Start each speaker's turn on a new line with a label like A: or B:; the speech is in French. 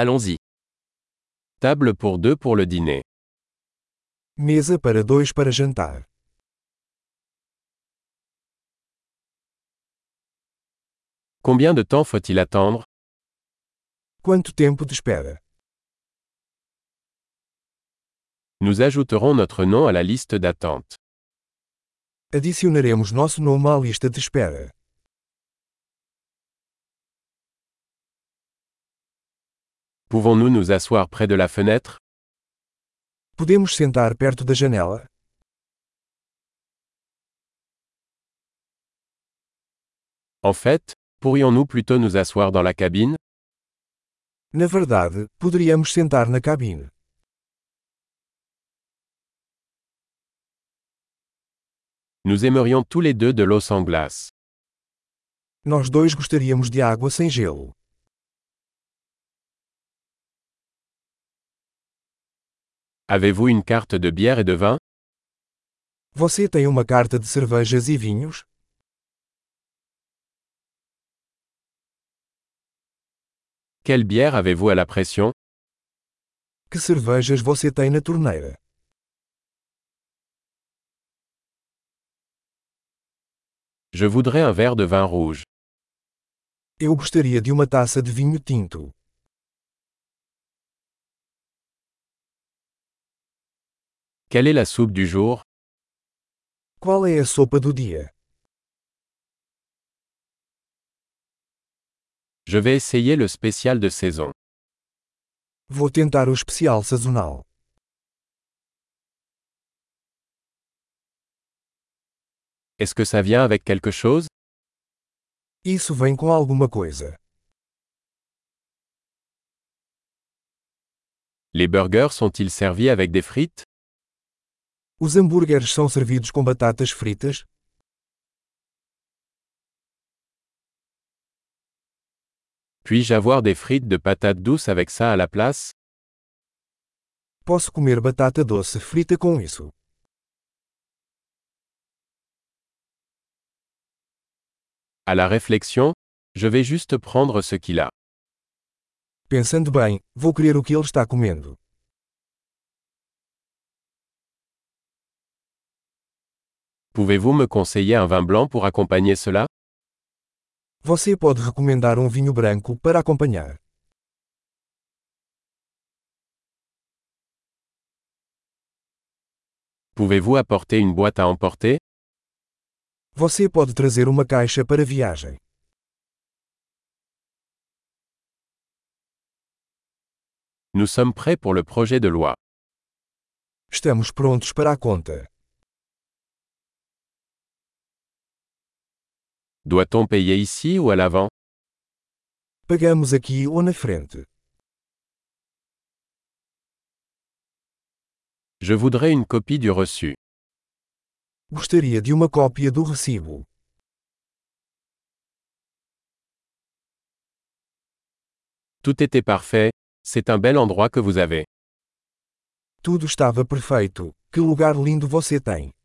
A: Allons-y. Table pour deux pour le dîner.
B: Mesa para dois para jantar.
A: Combien de temps faut-il attendre
B: Quanto tempo de espera?
A: Nous ajouterons notre nom à la liste d'attente.
B: Adicionaremos nosso nome à lista de espera.
A: Pouvons-nous nous asseoir près de la fenêtre
B: Podemos sentar perto da janela?
A: En fait, pourrions-nous plutôt nous asseoir dans la cabine
B: Na verdade, poderíamos sentar na cabine.
A: Nous aimerions tous les deux de l'eau sans glace.
B: Nós dois gostaríamos de água sem gelo.
A: Avez-vous une carte de bière et de vin
B: Você tem uma carta de cervejas e vinhos?
A: Quelle bière avez-vous à la pression
B: Que cervejas você tem na torneira?
A: Je voudrais un verre de vin rouge.
B: Eu gostaria de uma taça de vinho tinto.
A: Quelle est la soupe du jour
B: Qual é a sopa do dia?
A: Je vais essayer le spécial de saison.
B: Vou tentar o especial sazonal.
A: Est-ce que ça vient avec quelque chose
B: Isso vem com alguma coisa.
A: Les burgers sont-ils servis avec des frites
B: Os hambúrgueres são servidos com batatas fritas?
A: Puis-je avoir des frites de patates douces avec ça à la place
B: Posso comer batata doce frita com isso.
A: À la réflexion, je vais juste prendre ce qu'il a.
B: Pensando bem, vou querer o que ele está comendo.
A: Pouvez-vous me conseiller un vin blanc pour accompagner cela
B: Você pode recomendar um vinho branco para acompanhar.
A: Pouvez-vous apporter une boîte à emporter
B: Você pode trazer uma caixa para viagem.
A: Nous sommes prêts pour le projet de loi.
B: Estamos prontos para a conta.
A: Doit-on payer ici ou à l'avant
B: Pagamos aqui ou na frente.
A: Je voudrais une copie du reçu.
B: Gostaria de uma cópia do recibo.
A: Tout était parfait, c'est un bel endroit que vous avez.
B: Tudo estava perfeito. Que lugar lindo você tem!